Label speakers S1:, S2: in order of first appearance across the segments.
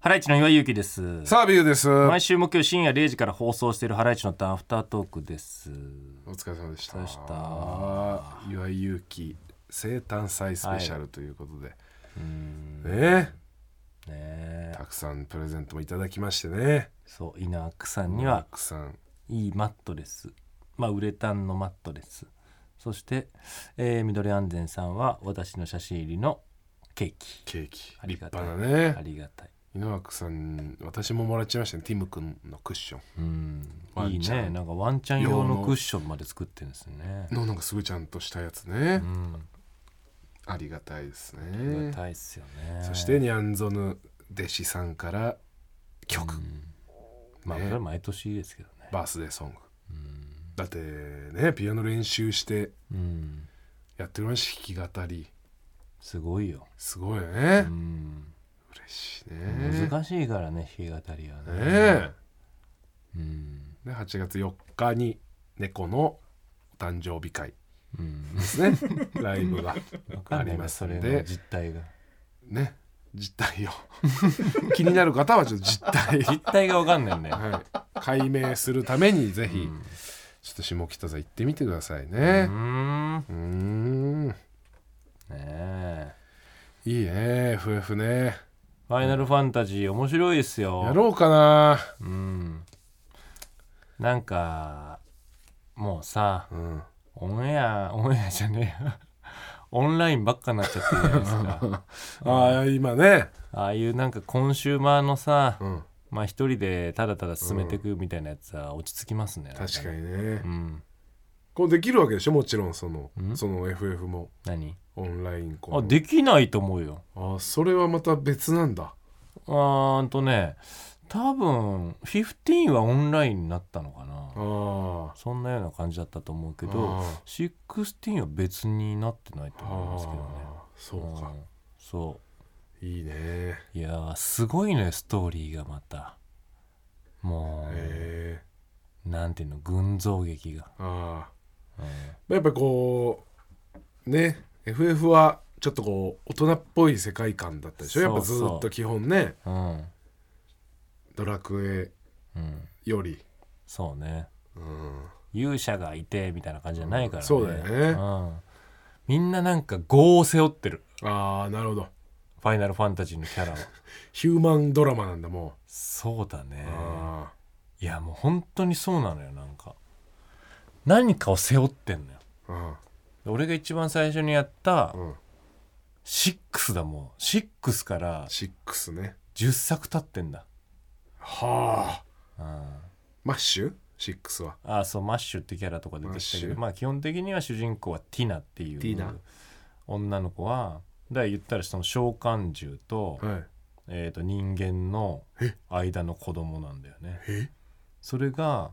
S1: ハライチの岩井ゆきです。
S2: サービューです。お
S1: 毎週木曜深夜0時から放送しているハライチのターンアフタートークです。
S2: 疲れ様でした。
S1: でした
S2: 岩井勇気生誕祭スペシャルということで、
S1: うんね
S2: ね、
S1: え
S2: たくさんプレゼントもいただきましてね。
S1: そう、稲久さんには
S2: たくさん。
S1: いいマットレス。まあ、ウレタンのマットレス。そして、えー、緑安全さんは私の写真入りのケーキ。
S2: ケーキ
S1: あり
S2: 立
S1: がたい
S2: 派な
S1: あ
S2: ね
S1: りがたい。
S2: 井上さん私ももらっちゃいましたねティム君のクッション
S1: うん。
S2: ワ
S1: いい
S2: ンちゃん
S1: ね。なんかワンちゃん用
S2: 用
S1: の
S2: の
S1: クッションまで作ってるんですね。
S2: のなんかすごいちゃんとしたやつね
S1: う、ん。
S2: ありがたいです
S1: ありが
S2: ね
S1: たいっすよね。
S2: そしてニャンゾヌ弟子さんから曲、
S1: うんまあ、
S2: ね
S1: これは毎年ですけどね。
S2: バースデーソング
S1: うん
S2: だってねピアノ練習して
S1: うん、
S2: やっておりました弾き語り
S1: すごいよ、
S2: すごいよね、
S1: うん、
S2: 嬉しいね
S1: 難しいからね弾き語りは
S2: ね
S1: ね
S2: え
S1: うん
S2: で8月4日に猫のお誕生日会
S1: うん
S2: です ねライブが
S1: 分か
S2: あ
S1: んない
S2: り
S1: な
S2: ます
S1: そ
S2: ん
S1: れの
S2: で
S1: 実態が
S2: ね実態を 気になる方はちょっと実態
S1: 実態が分かんないんだよね
S2: はい、解明するためにぜひ、
S1: うん
S2: ちょっと下北沢行ってみてくださいうね
S1: んね
S2: うーん
S1: え
S2: いいね FF ね
S1: ファイナルファンタジー面白いですよ
S2: やろうかな
S1: うんなんかもうさ
S2: うん
S1: オンエアオンエアじゃねえやオンラインばっかになっちゃってるじゃないです か
S2: ああ今ね
S1: ああいうなんかコンシューマーのさ、
S2: うん
S1: まあ一人でただただ進めていくみたいなやつは落ち着きますね。
S2: 確か
S1: に。
S2: にね
S1: うん。
S2: これできるわけでしょもちろんその
S1: うん
S2: その FF も
S1: 何
S2: オンラインこ
S1: あ
S2: の
S1: できないと思うよ。
S2: あそれはまた別なんだ
S1: うーんとね多分15はオンラインになったのか
S2: あ
S1: な。
S2: あ
S1: そんなような感じだったと思うけど16は別になってないと思いますけどね。
S2: そうか
S1: んそ
S2: いいね
S1: う。いやーすごいねストーリーがまた。もう、
S2: え
S1: なんていうの群像劇が。
S2: ー、ああ
S1: うん
S2: やっぱこうね FF はちょっとこう大人っぽい世界観だったでしょやっぱず
S1: そう
S2: っ
S1: そ
S2: と基本ね
S1: うん。
S2: ドラク
S1: うん。
S2: エより、
S1: そうね。
S2: うん、
S1: 勇者がいてみたいな感じじゃないからね、
S2: うんそうだよね
S1: んみんななんか業を背負ってる
S2: ああなるほど
S1: ファイナルファンタジーのキャ ラは
S2: ヒューマンドラマなんだも
S1: そうだね
S2: う、あ
S1: いやもう本当にそうなのよなんか何かを背負ってんのよ
S2: ーあ
S1: 俺が一番最初にやった
S2: ーうん
S1: 6だもん6から
S2: 6ね
S1: 10作経ってんだ、
S2: は
S1: う
S2: あ
S1: ん、
S2: マッシュ6は
S1: あそうマッシュってキャラとか出てきたけ
S2: マッシ
S1: ど
S2: ュ
S1: まあ基本的には主人公はティナってい
S2: ティ
S1: う
S2: ナ
S1: 女の子はだから言ったらその召喚獣と、
S2: はい
S1: えー、と人間の間の子供なんだよね
S2: え
S1: それが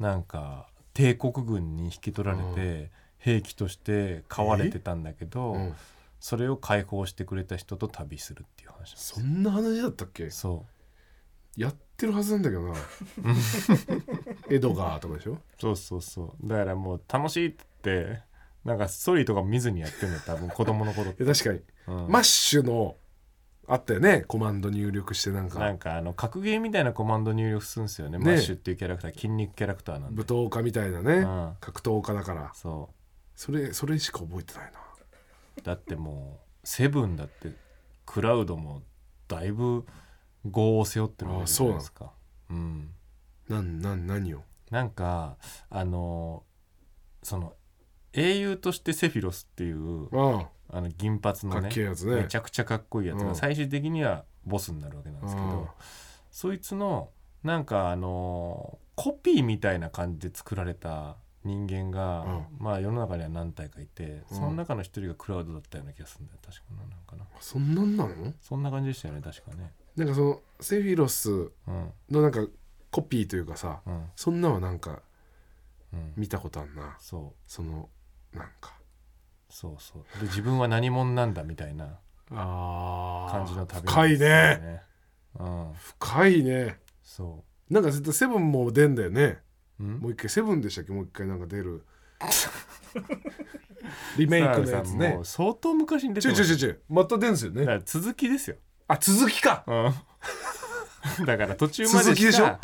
S1: なんか帝国軍に引き取られて兵器として飼われてたんだけど、
S2: うん、
S1: それを解放してくれた人と旅するっていう話なんです
S2: そんな話だったっけ
S1: そ
S2: やってるはずなんだけど なエドガーとかでしょ
S1: うそうそうそうだからもう楽しいってなんかストーリーとか見ずにやってんだよ多分子供の頃っ
S2: い
S1: て、
S2: や確かに、
S1: うん
S2: マッシュのあったよねコマンド入力してなんか
S1: なんかあの格ゲーみたいなコマンド入力するんですよね
S2: ね
S1: マッシュっていうキャラクター筋肉キャラクターなんで
S2: 武闘家みたいなね、
S1: うん
S2: 格闘家だから
S1: そう
S2: それそれしか覚えてないな
S1: だってもうセブンだってクラウドもだいぶ業を背負ってるわけじゃないですか。うん、
S2: なんなん何を
S1: なんかあのその英雄としてセフィロスっていう
S2: あ
S1: あの銀髪
S2: あ
S1: の
S2: かっ
S1: ね
S2: けえやつ
S1: め
S2: ね
S1: ちゃくちゃかっこいいやつ
S2: う
S1: が
S2: ん
S1: 最終的にはボスになるわけなんですけど、
S2: うん
S1: そいつのなんかあのコピーみたいな感じで作られた人間が、まあ世の中には何体かいて
S2: うん
S1: その中の一人がクラウドだったような気がするんだよ確かななんかな。
S2: そんなんなの
S1: そんな感じでしたよね確かね
S2: なんかそのセフィロス
S1: うん
S2: のなんかコピーというかさ
S1: うん
S2: そんなんはなんか
S1: うん
S2: 見たことあんな
S1: そう
S2: そのなんか
S1: そうそうで自分は何者なんだみたいな
S2: あ
S1: 感じの旅
S2: 深いね
S1: ねうん
S2: 深いね
S1: そ
S2: なんか絶対セブンも出んだよね
S1: ううん
S2: もう一回セブンでしたっけもう一回なんか 出るリメイクのやつ
S1: 澤部さん
S2: ね
S1: もう相当昔に出
S2: ち
S1: て
S2: ょいちょい
S1: す
S2: ちょいちょいまた出んすよ
S1: だか
S2: ね
S1: ら続きですよ
S2: あ続きか
S1: うん だから途中まで
S2: 続きで
S1: し
S2: しょ
S1: か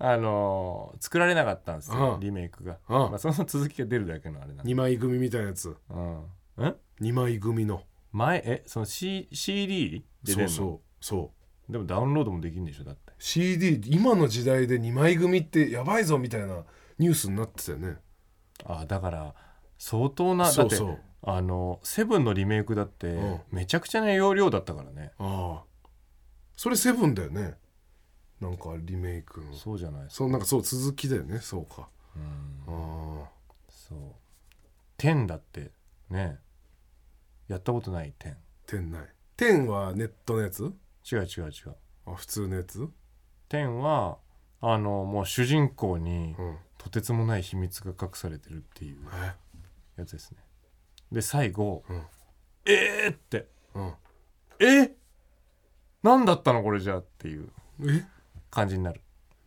S1: あのー作られなかったんですよ、
S2: うん
S1: リメイクが、
S2: うん
S1: まあ、その続きが出るだけのあれなんで、
S2: 2枚組みたいなやつ
S1: うん、ん
S2: 2枚組の
S1: 前えその、C、CD で出
S2: そ
S1: る
S2: う
S1: の
S2: そうそう
S1: でもダウンロードもできるんでしょだって
S2: CD 今の時代で2枚組ってやばいぞみたいなニュースになってたよね
S1: あだから相当な
S2: そう
S1: だっ
S2: そ
S1: て
S2: う
S1: あのセブンのリメイクだって、
S2: うん
S1: めちゃくちゃな容量だったからね
S2: ああそれセブンだよねなんかリメイクの
S1: そうじゃないですか、
S2: そうなんかそう続きだよねそうか
S1: うん、
S2: ああ
S1: そう10だってねやったことない10
S2: 店内店はネットのやつ
S1: 違う違う違う
S2: あ普通のやつ、うん、
S1: 10はあのもう主人公にとてつもない秘密が隠されてるっていう
S2: え
S1: やつですねで最後
S2: うん
S1: 「えー!」って
S2: うん
S1: 「え何だったのこれじゃあ」っていう
S2: え
S1: 感じになる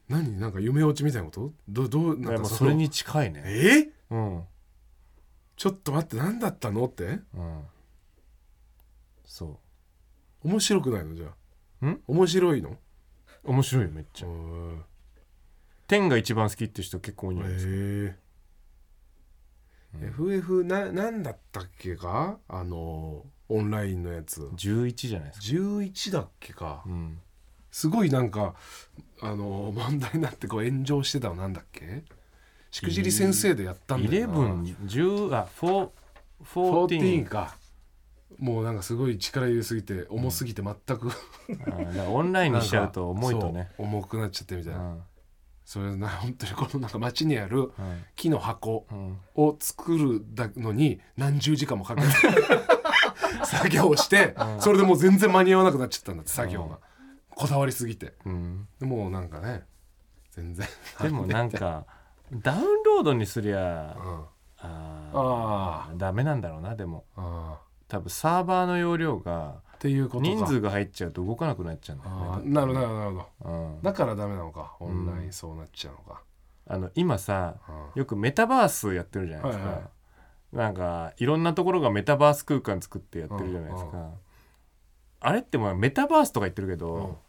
S2: 何なんか夢落ちみたいなことどどう
S1: い
S2: な
S1: や
S2: ん
S1: ま
S2: か
S1: あ
S2: の
S1: それに近いね
S2: え
S1: うん
S2: ちょっと待って何だったのって
S1: うんそ
S2: 面白くないのじゃあ
S1: ん
S2: 面白いの
S1: う面白いよめっちゃ
S2: うん
S1: 天が一番好きって人結構多いんじ
S2: へ
S1: ゃないですか
S2: え、
S1: うん
S2: FF な何だったっけかあのオンラインのやつ
S1: 11じゃないですか
S2: 11だっけか
S1: うん
S2: すごいなんかあの問題になってこう炎上してたのなんだっけしくじり先生でやったんだよな
S1: 1110あ4
S2: 14
S1: 14
S2: かもうなんかすごい力入れすぎて重すぎて全く、
S1: あーだからオンラインにしちゃうと重いとね
S2: そう重くなっちゃってみ
S1: う
S2: たいな、
S1: ん
S2: それな本当にこのなんか街にある
S1: うん
S2: 木の箱
S1: うん
S2: を作るだのに何十時間も かけて作業をして、
S1: うん
S2: それでもう全然間に合わなくなっちゃったんだって作業が、
S1: うん
S2: こだわりすぎて
S1: うん
S2: でもうなんかね全然
S1: でもなんかダウンロードにすりゃ
S2: うん
S1: あ
S2: あ
S1: ーダメなんだろうなでも
S2: あ
S1: 多分サーバーの容量が
S2: っていうことか
S1: 人数が入っちゃうと動かなくなっちゃうんだ
S2: あ
S1: よ
S2: あ
S1: ね
S2: なるほどなるほどなるほど
S1: うん
S2: だからダメなのかオンライ
S1: う
S2: ン
S1: ん
S2: そうなっちゃうのか、
S1: あの今さ
S2: うん
S1: よくメタバースやってるじゃないですか、
S2: はいはい
S1: なんかいろんなところがメタバース空間作ってやってるじゃないですか、
S2: う
S1: あれってまあメタバースとか言ってるけど、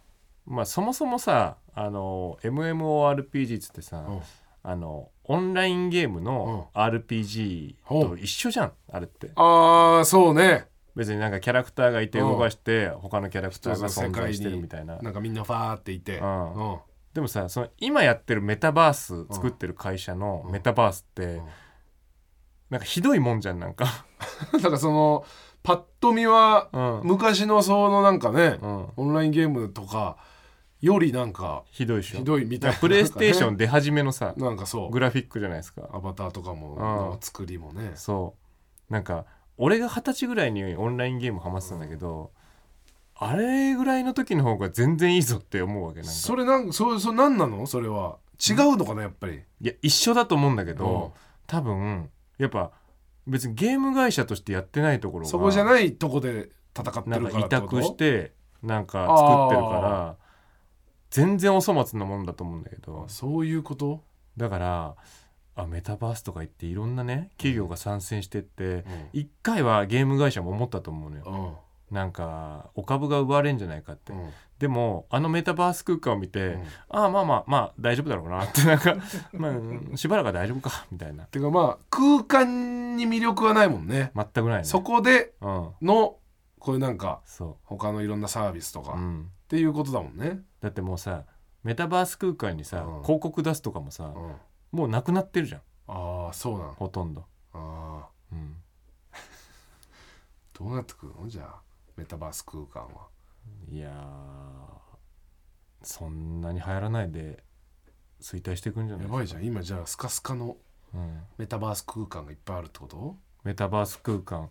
S1: まあそもそもさあの MMORPG っつってさ、
S2: うん
S1: あのオンラインゲームの RPG と一緒じゃん、あれって
S2: ああそうね
S1: 別になんかキャラクターがいて
S2: うん
S1: 動かして他のキャラクターが存在してるみたいな
S2: なんかみんなファーっていて、
S1: うん
S2: うん
S1: でもさその今やってるメタバース作ってる会社のメタバースって、
S2: ん
S1: なんかひどいもんじゃんなんか
S2: なんかそのパッと見は
S1: うん、
S2: 昔のそのなんかね、
S1: うん、
S2: オンラインゲームとかよりなんか
S1: ひどいでしょ
S2: ひどいみ
S1: だ
S2: たいな
S1: からプレイステーショ
S2: ン
S1: ン出始めのさ
S2: なんかそう
S1: グラフィックじゃないですか
S2: アバターとかも
S1: ん
S2: なんか作りもね
S1: そうなんか俺が二十歳ぐらいにオンラインゲームハマってたんだけど、あれぐらいの時の方が全然いいぞって思うわけなんか
S2: それなんかそうそうなんなのそれは違うのかなやっぱり
S1: いや一緒だと思うんだけ
S2: うん
S1: ど、多分やっぱ別にゲーム会社としてやってないところが
S2: そこじゃないとこで戦って
S1: なん
S2: る
S1: か
S2: から
S1: 委
S2: ってこと
S1: 託してなんか作ってるから全然お粗末なもんだと思うんだけど
S2: そういうこと、
S1: だからあメタバースとか言っていろんなね企業が参戦してって
S2: う
S1: 一回はゲーム会社も思ったと思うのよ
S2: んうん
S1: なんかお株が奪われんじゃないかって、
S2: うん
S1: でもあのメタバース空間を見て、
S2: うん
S1: ああまあまあまあ大丈夫だろうな ってなんか、まあうん、しばらくは大丈夫か みたいな
S2: てかまあ空間に魅力はないもんね
S1: 全くないね
S2: そこで
S1: うん
S2: のこういうなんか
S1: そ
S2: 他のいろんなサービスとか、
S1: う、う
S2: っ
S1: ん、
S2: ていうことだもんね、
S1: だってもうさメタバース空間にさ、
S2: うん
S1: 広告出すとかもさ
S2: うん、
S1: もうなくなってるじゃん
S2: ああそうなの
S1: ほとんど、
S2: ああ
S1: うん、
S2: どうなってくるのじゃあメタバース空間はい
S1: やーそんなに流行らないで衰退していくんじゃな
S2: や
S1: い
S2: ばいじゃん今じゃあスカスカの
S1: うん、
S2: メタバース空間がいっぱいあるってこと
S1: メタバース空間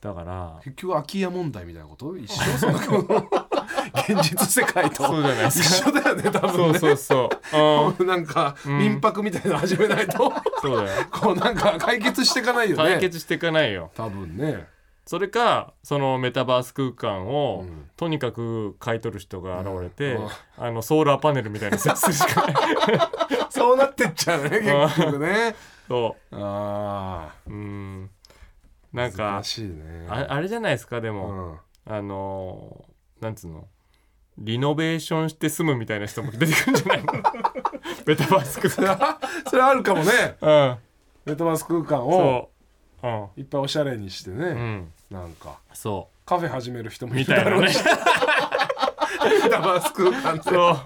S1: だから
S2: 結局空き家問題みたいなこと 一緒その現実世界
S1: そう
S2: と
S1: じゃないで
S2: 一
S1: すか
S2: 緒だよね多分 ね
S1: そうそう そう、うん、
S2: なんか、
S1: うん
S2: 民泊みたいなの始めない と
S1: そうだよ
S2: こうなんか解決していかないよね
S1: 解決していかないよ
S2: 多分ね
S1: それかそのメタバース空間を、
S2: うん
S1: とにかく買い取る人が現れて、
S2: うんうん
S1: あのソーラーパネルみたいな設置するし かない
S2: そうなってっちゃうね結局ね
S1: そ
S2: あ
S1: ううん
S2: あ
S1: なんか
S2: 難しいね
S1: ああれじゃないですかで
S2: う
S1: も、
S2: ん
S1: あのーなんつうのリノベーションして住むみたいな人も出てくるんじゃない のメタバース空間
S2: それあるかもね
S1: うん
S2: メタバース空間を
S1: そううん
S2: いっぱいおしゃれにしてね、
S1: うん
S2: なんか
S1: そ
S2: カフェ始める人
S1: う
S2: もい
S1: み
S2: る
S1: たい
S2: だ
S1: な
S2: ろう
S1: ね
S2: しメタバース空 間で
S1: そう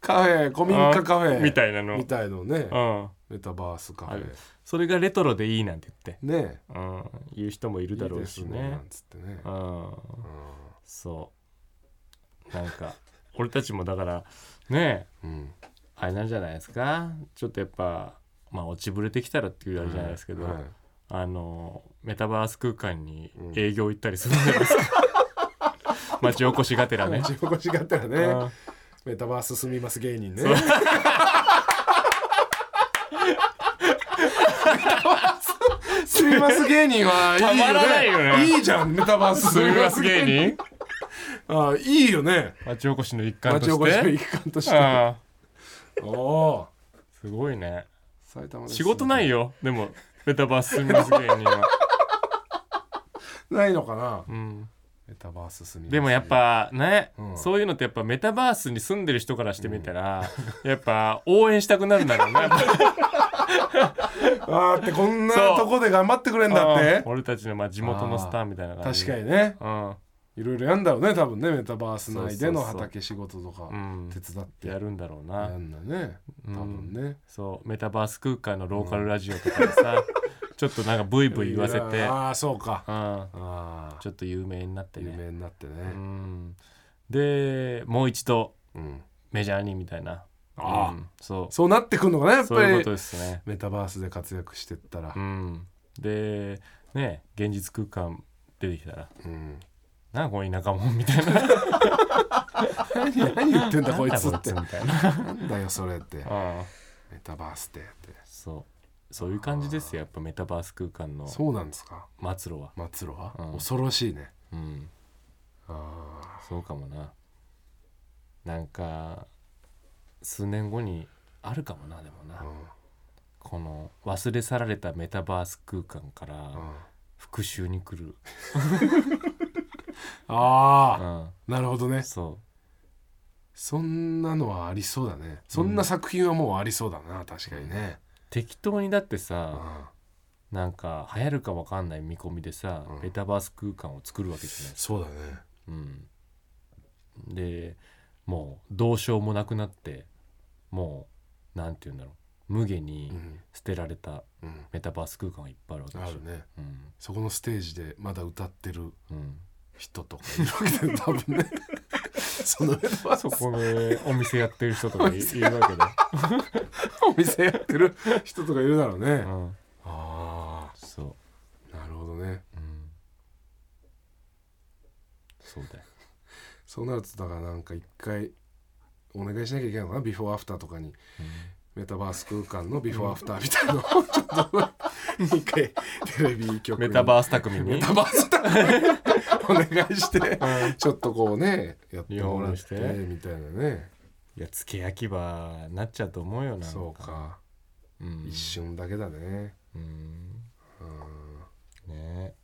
S2: カフェ古民家カフェ
S1: みたいなの
S2: みたいのね
S1: うん
S2: メタバースカフ
S1: あ
S2: ェ
S1: るそれがレトロでいいなんて言って
S2: ね
S1: うん言う人もい
S2: い
S1: る
S2: い
S1: だろ
S2: で
S1: う
S2: す
S1: し
S2: ねな
S1: ね
S2: んつってね
S1: う、んそうなんか俺たちもだからね
S2: うんうん
S1: あれなんじゃないですかちょっとやっぱまあ落ちぶれてきたらっていうあれじゃないですけど、
S2: はい
S1: あのメタバース空間に
S2: うん
S1: 営業行ったりするんじゃないですか、 町おこしがてらね
S2: 持ち起こしがあったら
S1: う
S2: ね
S1: ん
S2: メタバース進みます芸人ね
S1: そう
S2: 進みます芸人はいいよね
S1: たまらないよね
S2: いいじゃんメタバース
S1: 住みます芸人
S2: ああいいよね
S1: 町おこしの一環と
S2: 町お
S1: し
S2: こしの
S1: て
S2: 一環として
S1: ああ
S2: おお
S1: すごいね
S2: ー埼玉です
S1: 仕事ないよでもメタバース住みます芸人は、
S2: ないのかな
S1: うん、
S2: メタバース住みます
S1: でもやっぱね、
S2: うん
S1: そういうのってやっぱメタバースに住んでる人からしてみたら、やっぱ応援したくなるんだろう ね
S2: あーってこんな
S1: そう
S2: とこで頑張ってくれんだ
S1: う
S2: っ
S1: ん
S2: て
S1: 俺たちのまあ地元のスターみたいな感じ
S2: 確か
S1: に
S2: にね
S1: うん
S2: いろいろやんだろうね多分ねメタバース内での
S1: そうそうそう
S2: 畑仕事とか
S1: うん
S2: 手伝って
S1: やるんだろうな、
S2: やんだね多分ね
S1: そうメタバース空間のローカルラジオとかでさ、ちょっとなんかブイブイ言わせ
S2: い
S1: て、
S2: やああそうか
S1: うん、
S2: ああ
S1: ちょっと有名になって
S2: 有
S1: ね、
S2: 名になってね
S1: うん、でもう一度
S2: うん
S1: メジャーにみたいな
S2: ああ
S1: うんそう
S2: そうなってくんのかなやっ
S1: そう
S2: ぱ
S1: いうこと
S2: り
S1: ですね、
S2: メタバースで活躍してったら
S1: うん、でね現実空間出てきたら
S2: うん
S1: なんかこの田舎者みたいな
S2: 何何言ってんだこいつっ て
S1: なんだこいつみたいな、
S2: なんだよそれって
S1: うん、
S2: メタバースでって
S1: そうそういう感じですよやっぱメタバース空間の
S2: そうなんですか
S1: 末路は、
S2: 末路は
S1: うん
S2: 恐ろしいね
S1: うん、
S2: あ
S1: そうかもななんか数年後にあるかもなでもな、
S2: あうん
S1: この忘れ去られたメタバース空間から
S2: うん
S1: 復讐に来る、う
S2: あ
S1: ん、
S2: あなるほどね
S1: そ
S2: そんなのはありそうだねそんな作品はもうありそうだな確かにね
S1: う適当にだって
S2: う
S1: さ、
S2: ん
S1: なんか流行るかわかんない見込みでさ、
S2: うん
S1: メタバース空間を作るわけじゃないです
S2: そうだね
S1: うん、でもうどうしようもなくなってもうなんて言うんだろう無下に
S2: うん
S1: 捨てられた
S2: うん
S1: メタバース空間がいっぱいあるわけで
S2: あ
S1: しょ
S2: るね
S1: うん
S2: そこのステージでまだ歌ってる
S1: うん
S2: 人とかいるわけで多分 ねその上は
S1: そこで お店やってる人とかいいるわけだ、
S2: お店やってる人とかいるだろうね、
S1: う
S2: あ
S1: ん、
S2: あ
S1: そ
S2: ーなるほどね
S1: う、うん、そうだよ
S2: そうなるとだからなんか一回お願いしなきゃいけないのかなビフォーアフターとかにメタバース空間のビフォーアフターみたいなのをちょっと一回テレビ局に
S1: メタバース匠
S2: メ
S1: に
S2: タバースタお願いしてちょっとこうねやってもらっ
S1: リフォーム
S2: てみたいなね
S1: いやつけ焼き場なっちゃうと思うよなんか
S2: そうか、
S1: うん、
S2: 一瞬だけだね
S1: うん
S2: うん
S1: ね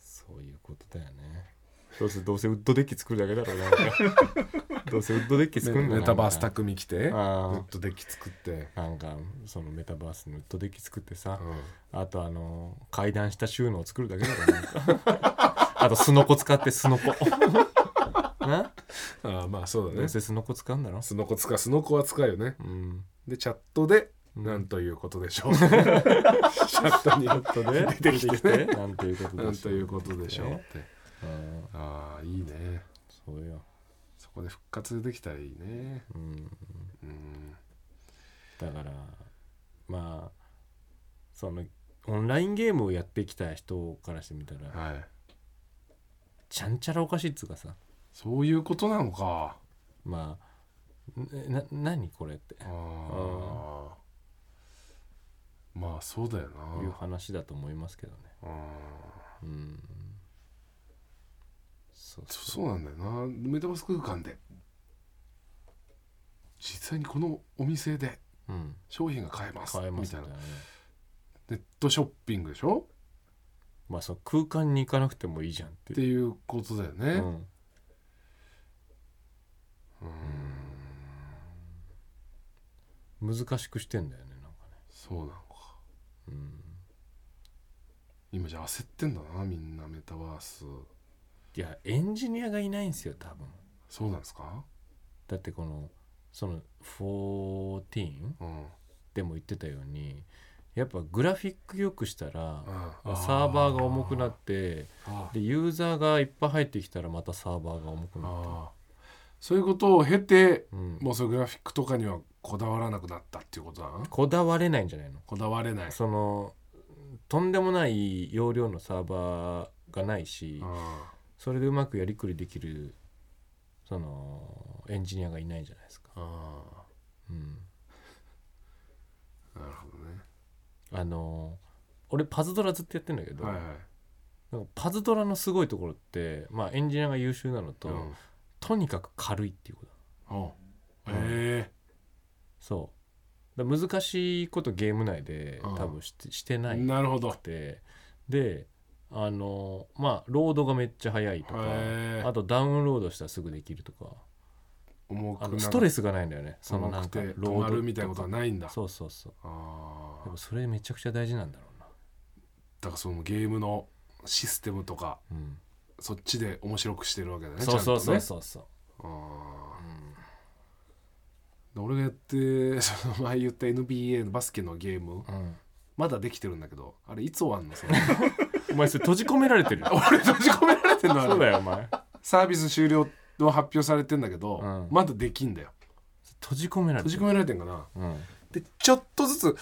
S1: そういうことだよねどうせどうせウッドデッキ作るだけだろなん かどうせウッドデッキ作るんだ
S2: メタバース
S1: キ
S2: 匠来てウ
S1: あ
S2: ッドデッキ作って、
S1: あなんかそのメタバースのウッドデッキ作ってさ、
S2: うん
S1: あとあの階段した収納を作るだけだからね あとスノコ使ってスノコな
S2: ああまあそうだ
S1: ど
S2: ね
S1: うせスノコ使うんだろ
S2: スノコ使うスノコは使うよね
S1: うん
S2: でチャットで
S1: う
S2: 「
S1: ん
S2: なんということでし ょう」チャットに
S1: とで
S2: 出てきてね
S1: なんというこ
S2: 「
S1: と
S2: なん
S1: でし
S2: と
S1: ょ
S2: いうことでしょう」って
S1: うん
S2: ああいいね
S1: そうよ
S2: そこで復活できたらいいね
S1: うん
S2: うん
S1: だからまあそのオンラインゲームをやってきた人からしてみたら
S2: はい
S1: ちゃんちゃらおかしいっつうかさ
S2: そういうことなのか
S1: まあんな何これって
S2: ああまあそうだよ
S1: いう
S2: な
S1: 話だと思いますけどね
S2: あ
S1: うんそう
S2: ーそそうなんだよなメタバース空間で実際にこのお店で
S1: うん、
S2: 商品が買えます
S1: 買えま
S2: み
S1: す
S2: た
S1: み
S2: い
S1: たい
S2: な
S1: なね
S2: ネットショッピングでしょ
S1: まあその空間に行かなくてもいいじゃんって
S2: っていうことだよね、
S1: うん難しくしてんだよねなんかね
S2: そうなのか
S1: うん
S2: 今じゃあ焦ってんだなみんなメタバース
S1: いやエンジニアがいないんですよ多分
S2: そうなんですか
S1: だってこのその14
S2: うん
S1: でも言ってたようにやっぱグラフィック良くしたら
S2: あ
S1: サーバーが重くなって
S2: あ
S1: でユーザーがいっぱい入ってきたらまたサーバーが重くなって
S2: あそういうことを経て
S1: うん、
S2: もうそういうグラフィックとかにはこだわらなくなったっていうことだな
S1: こだわれないんじゃないの
S2: こだわれない
S1: そのとんでもない容量のサーバーがないし
S2: あ
S1: それでうまくやりくりできるそのエンジニアがいないじゃないですか、
S2: あ
S1: うん、
S2: なるほどね
S1: あの俺パズドラずっとやってんだけど、
S2: はいはい
S1: なんかパズドラのすごいところって、まあ、エンジニアが優秀なのと、
S2: うん
S1: とにかく軽いっていうこと
S2: おうえ
S1: そうだ難しいことゲーム内で
S2: うん
S1: 多分してしてな
S2: え
S1: い
S2: なるほど
S1: くてであのまあロードがめっちゃ速いとか
S2: へえ
S1: あとダウンロードしたらすぐできるとか
S2: 重
S1: あ
S2: く
S1: の
S2: な
S1: ストレスがないんだよねその
S2: 重
S1: な
S2: く
S1: んか
S2: て
S1: ロード
S2: 止まるみたいなことは
S1: は
S2: ないんだ
S1: そうそうそう
S2: あ
S1: や
S2: あ
S1: っぱそれめちゃくちゃ大事なんだろうな
S2: だからそのゲームのシステムとか
S1: うん
S2: そっちで面白くしてるわけだね
S1: そうそうそう
S2: ち
S1: そうそう
S2: ゃんとね
S1: うん
S2: あーで俺がやって その前言った NBA のバスケのゲーム
S1: うん
S2: まだできてるんだけどあれいつ終わんのその
S1: お前それ閉じ込められてる
S2: 俺閉じ込められてんのあ れ
S1: そうだよお前
S2: サービス終了の発表されてんだけど、
S1: うん
S2: まだできんだよ
S1: 閉じ込められて
S2: 閉
S1: る
S2: じ込められてんかな
S1: うん
S2: でちょっとずつ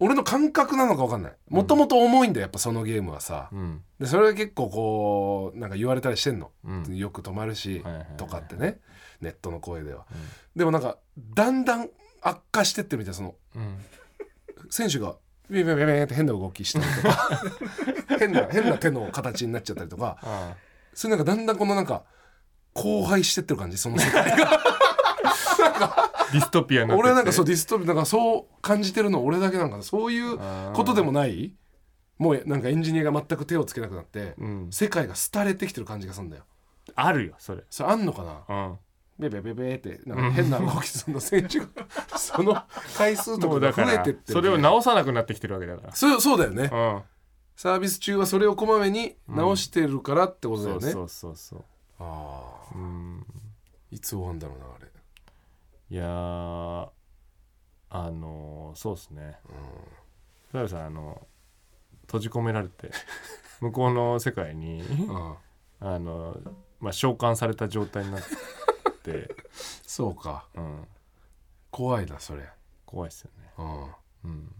S2: 俺の感覚なのか分かんないもともと重いんだよやっぱそのゲームはさ
S1: うん
S2: でそれが結構こうなんか言われたりしてんの、
S1: うん
S2: よく止まるし、
S1: はいはいはい
S2: とかってねネットの声では、でもなんかだんだん悪化してってるみたいなその
S1: うん
S2: 選手がビビビビビって変な動きしたりとか 変な変な手の形になっちゃったりとか
S1: あ
S2: それなんかだんだんこのなんか荒廃してってる感じその世 界が
S1: あディストピアになって
S2: 俺はなんかそうディストピアなんかそう感じてるの俺だけなんかなそういうことでもないもうなんかエンジニアが全く手をつけなくなって、
S1: うん
S2: 世界が廃れてきてる感じがするんだよ
S1: あるよそれ
S2: それあんのかな
S1: うん
S2: ベベベベってなんか変な動きするの選手がその回数と
S1: も
S2: か
S1: う
S2: が
S1: だ
S2: 増
S1: か
S2: え
S1: ら
S2: てって
S1: それを直さなくなってきてるわけだか
S2: そうそうだよね
S1: ら
S2: サービス中はそれをこまめに直してるからってこ
S1: うん
S2: と
S1: そう
S2: だよね、
S1: そうそうそう
S2: ああ
S1: うん
S2: いつ終わんだろうなあれ
S1: いやーあのーそうですね田辺さんあの閉じ込められ て向こうの世界に
S2: うん、あ
S1: あの、まあ、召喚された状態になっ て、
S2: そうか
S1: うん、
S2: 怖いなそれ
S1: 怖いっすよね、
S2: うん
S1: うん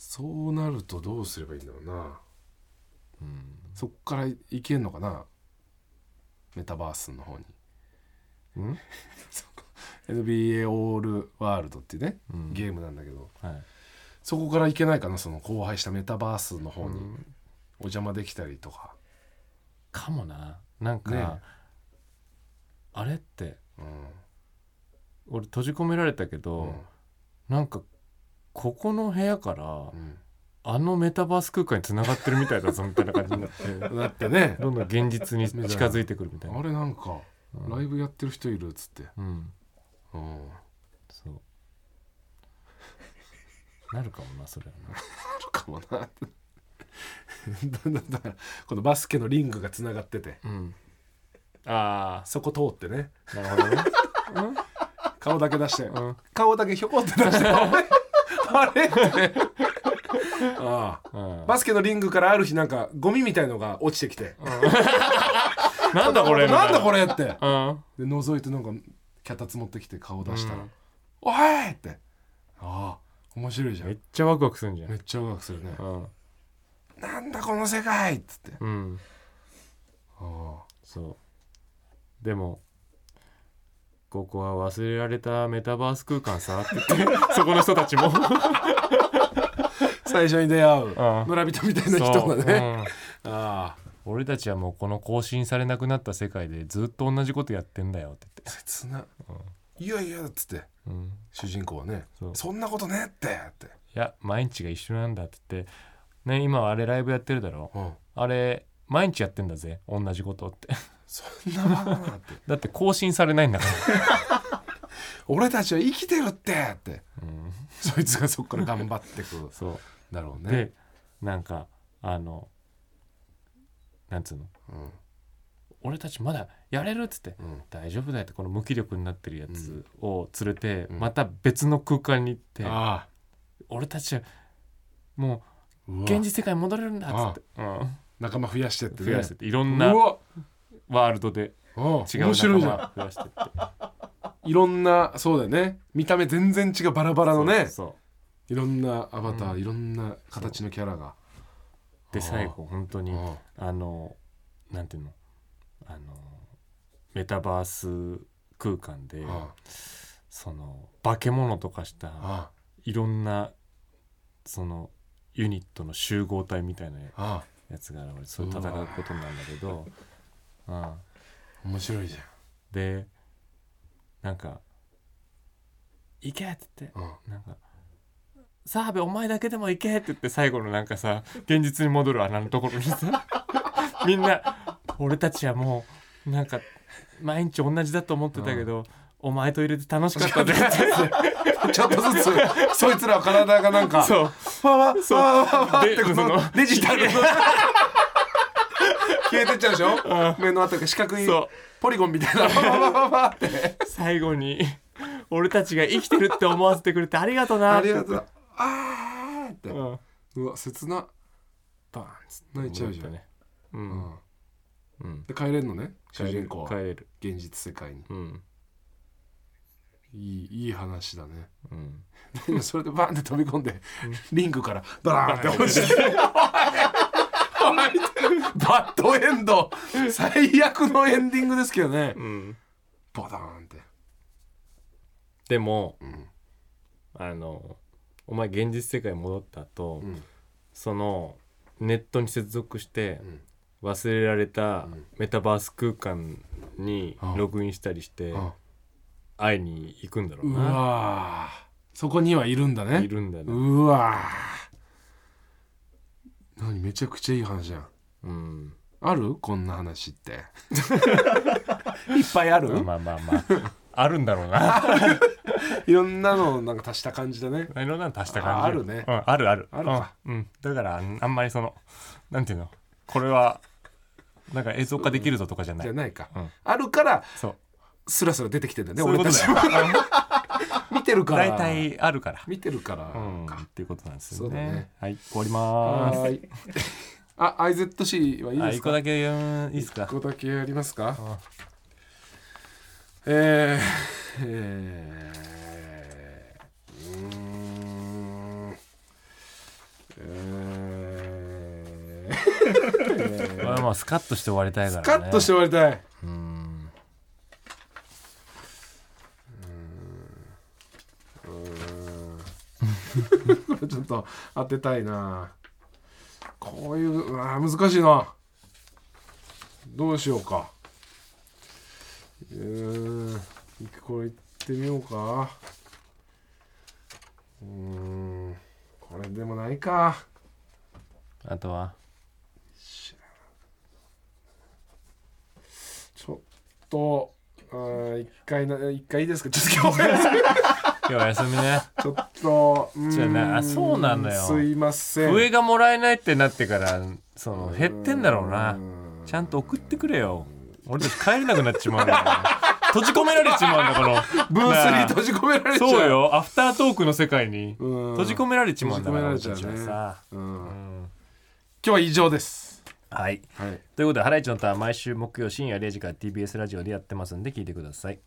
S2: そうなるとどうすればいいんだろうな
S1: うん、
S2: そっからいけんのかなメタバースの方に
S1: ん
S2: NBA オールワールドっていうね、
S1: うん
S2: ゲームなんだけど
S1: はい、
S2: そこからいけないかなその荒廃したメタバースの方に
S1: うん
S2: お邪魔できたりとか、
S1: かもななんか、
S2: ね
S1: あれって
S2: うん
S1: 俺閉じ込められたけど、なんかここの部屋から
S2: うん
S1: あのメタバース空間に繋がってるみたいだぞみたいな感じにな って
S2: だってね
S1: どんどん現実に近づいてくるみたいな
S2: あれなんか
S1: うん
S2: ライブやってる人いるっつって、
S1: うん
S2: うん、
S1: そうなるかもなそれはな
S2: あるかもな だんだんだからこのバスケのリングがつながってて
S1: うんあ
S2: そこ通ってね
S1: あなるほどね
S2: 顔だけ出して、
S1: ん
S2: 顔だけひょこって出してあれってああ
S1: うん
S2: バスケのリングからある日なんかゴミみたいのが落ちてきて
S1: なんだこれ
S2: なんだこ
S1: れ
S2: れって
S1: うん
S2: で覗いてなんか脚立持ってきて顔出したら
S1: う
S2: 「
S1: ん
S2: おい!」ってああ面白いじゃん
S1: め
S2: め
S1: っちゃワクワクするんじゃん
S2: っちゃワクワクするね
S1: うん
S2: 「なんだこの世界!」っつって
S1: うん
S2: あ
S1: そうでもここは忘れられたメタバース空間さって言って そこの人たちも
S2: あ最初に出会う
S1: ああ
S2: 村人みたいな人が
S1: そうう
S2: ね
S1: ん
S2: ああ
S1: 俺たちはもうこの更新されなくなった世界でずっと同じことやってんだよって
S2: 切な、いやいやっつって
S1: 言って、うん、
S2: 主人公はね
S1: そう
S2: そんなことねってって、
S1: いや毎日が一緒なんだって言って、ね、今はあれライブやってるだろ
S2: うん、
S1: あれ毎日やってんだぜ同じことって
S2: そんなバカなって
S1: だって更新されないんだか
S2: 俺たちは生きてるってって
S1: ら、
S2: そいつがそこから頑張ってく
S1: そ
S2: だろ
S1: う
S2: うね、
S1: でなんかあのなんつうの
S2: うん
S1: 俺たちまだやれるっつって
S2: うん、
S1: 大丈夫だよってこの無気力になってるやつを連れて、
S2: うん
S1: また別の空間に行って、
S2: ああ
S1: 俺たちはも
S2: う
S1: う
S2: わ
S1: 現実世界に戻れるんだっつって、
S2: 仲間増やしてって
S1: うん、
S2: ね
S1: 増やしてっていろ
S2: うん
S1: な
S2: わ
S1: ワールドで
S2: ああ
S1: 違う
S2: 面白いじゃん
S1: 仲間を増やしてって
S2: いろんなそうだよね見た目全然違うバラバラの
S1: そ
S2: ね
S1: うそう
S2: いろんなアバター、
S1: うん
S2: いろんな形のキャラが
S1: で
S2: ああ
S1: 最後本当に
S2: あ
S1: あのなんていうのあのメタバース空間で
S2: ああ
S1: その化け物とかした
S2: あ
S1: いろんなそのユニットの集合体みたいな
S2: ああ
S1: やつが現れてそれ戦うことになるんだけど、うん、
S2: あ面白いじ
S1: でなんか「行け!」って言って
S2: ゃん、うん、
S1: なんか「澤部お前だけでも行け!」って言って最後のなんかさ現実に戻る穴のところに さみんな「俺たちはもうなんか毎日同じだと思ってたけど、お前と入れて楽しかったね」って
S2: ちょっとずつそいつらは体がなん か
S1: そう
S2: わわ
S1: そう
S2: わわわわっ
S1: で
S2: てこ
S1: そ
S2: の
S1: の
S2: デジタルの消えてっちゃうでしょ目のあたりが四角い
S1: そう
S2: ポリゴンみたいなわわわわわって
S1: 最後に「俺たちが生きてるって思わせてくれてありがとうな」
S2: あ
S1: って
S2: り
S1: 言
S2: が
S1: って
S2: とうあーって
S1: うん
S2: うわ切なバーンつって泣いちゃうじゃん、
S1: ねう
S2: うんん、
S1: うん
S2: で帰れるのね主
S1: 帰れ
S2: 人
S1: る
S2: 公
S1: 帰
S2: は
S1: れる
S2: 現実世界に
S1: うん
S2: いいいい話だね
S1: うん
S2: でもそれでバーンって飛び込んでリングからバーンって落ちておいおいバッドエンド最悪のエンディングですけどね
S1: うん
S2: ボダーンって
S1: でも
S2: うん
S1: あのお前現実世界に戻った後、
S2: うん
S1: そのネットに接続して
S2: うん
S1: 忘れられた
S2: ん
S1: メタバース空間に
S2: ああ
S1: ログインしたりして
S2: あ
S1: 会いに行くんだろう
S2: う
S1: な
S2: わーそこにはいるんだ
S1: い
S2: ね
S1: るんだね
S2: うわー何めちゃくちゃいい話じゃん
S1: うん
S2: あるこんな話っていっぱいある、
S1: まあまあまああるんだろうな
S2: いろんなのをなんか足した感じだね
S1: いろんなの足した感じ
S2: ああるね
S1: うんあるある
S2: あるか
S1: うんうんだからあんあんまりそのなんていうのこれはなんか映像化できるぞとかじゃな
S2: じ
S1: い
S2: ゃないか、
S1: うん
S2: あるから
S1: そう
S2: スラスラ出てきてんだね
S1: そういう
S2: 俺
S1: こと
S2: た
S1: だ
S2: ち
S1: よ
S2: は 見てるから
S1: 大体あるから
S2: 見てるから
S1: うん、
S2: か
S1: っていうことなんです
S2: そう
S1: よ
S2: だ
S1: ね。
S2: ね
S1: はい、終わりま
S2: は
S1: ー
S2: ーい あ IZC はいい
S1: す。あ、
S2: です
S1: 一個
S2: か
S1: だけ言うんいいですか。
S2: 一個だけやりますか
S1: うん
S2: えー、えー、うーんえー
S1: 俺はまあスカッとして終わりたいからね。
S2: スカッとして終わりたい
S1: うん。
S2: これちょっと当てたいなこういううわー難しいなどうしようかうーんこれいってみようかうーんこれでもないか
S1: あとは。
S2: ちょっとあー一回な一回いいですかちょっと今日お休み
S1: 今日は休みね。
S2: ちょっとうーん
S1: じゃあなあそうなのよ
S2: すいません
S1: 上がもらえないってなってから、その減ってんだろうな
S2: う。ん
S1: ちゃんと送ってくれよ。俺たち帰れなくなっちまうんだから。閉じ込められちまうんだこの
S2: ブースに閉じ込めら れちゃう
S1: そうよ。アフタートークの世界に
S2: うん
S1: 閉じ込められちまうんだから俺
S2: 閉
S1: た
S2: じ
S1: ち
S2: 込めら
S1: は
S2: れちゃう
S1: さ。
S2: ねうん
S1: うん
S2: 今日は以上です
S1: はい。
S2: はい
S1: ということで、ハライチのターン毎週木曜深夜0時から TBS ラジオでやってますんで聞いてください。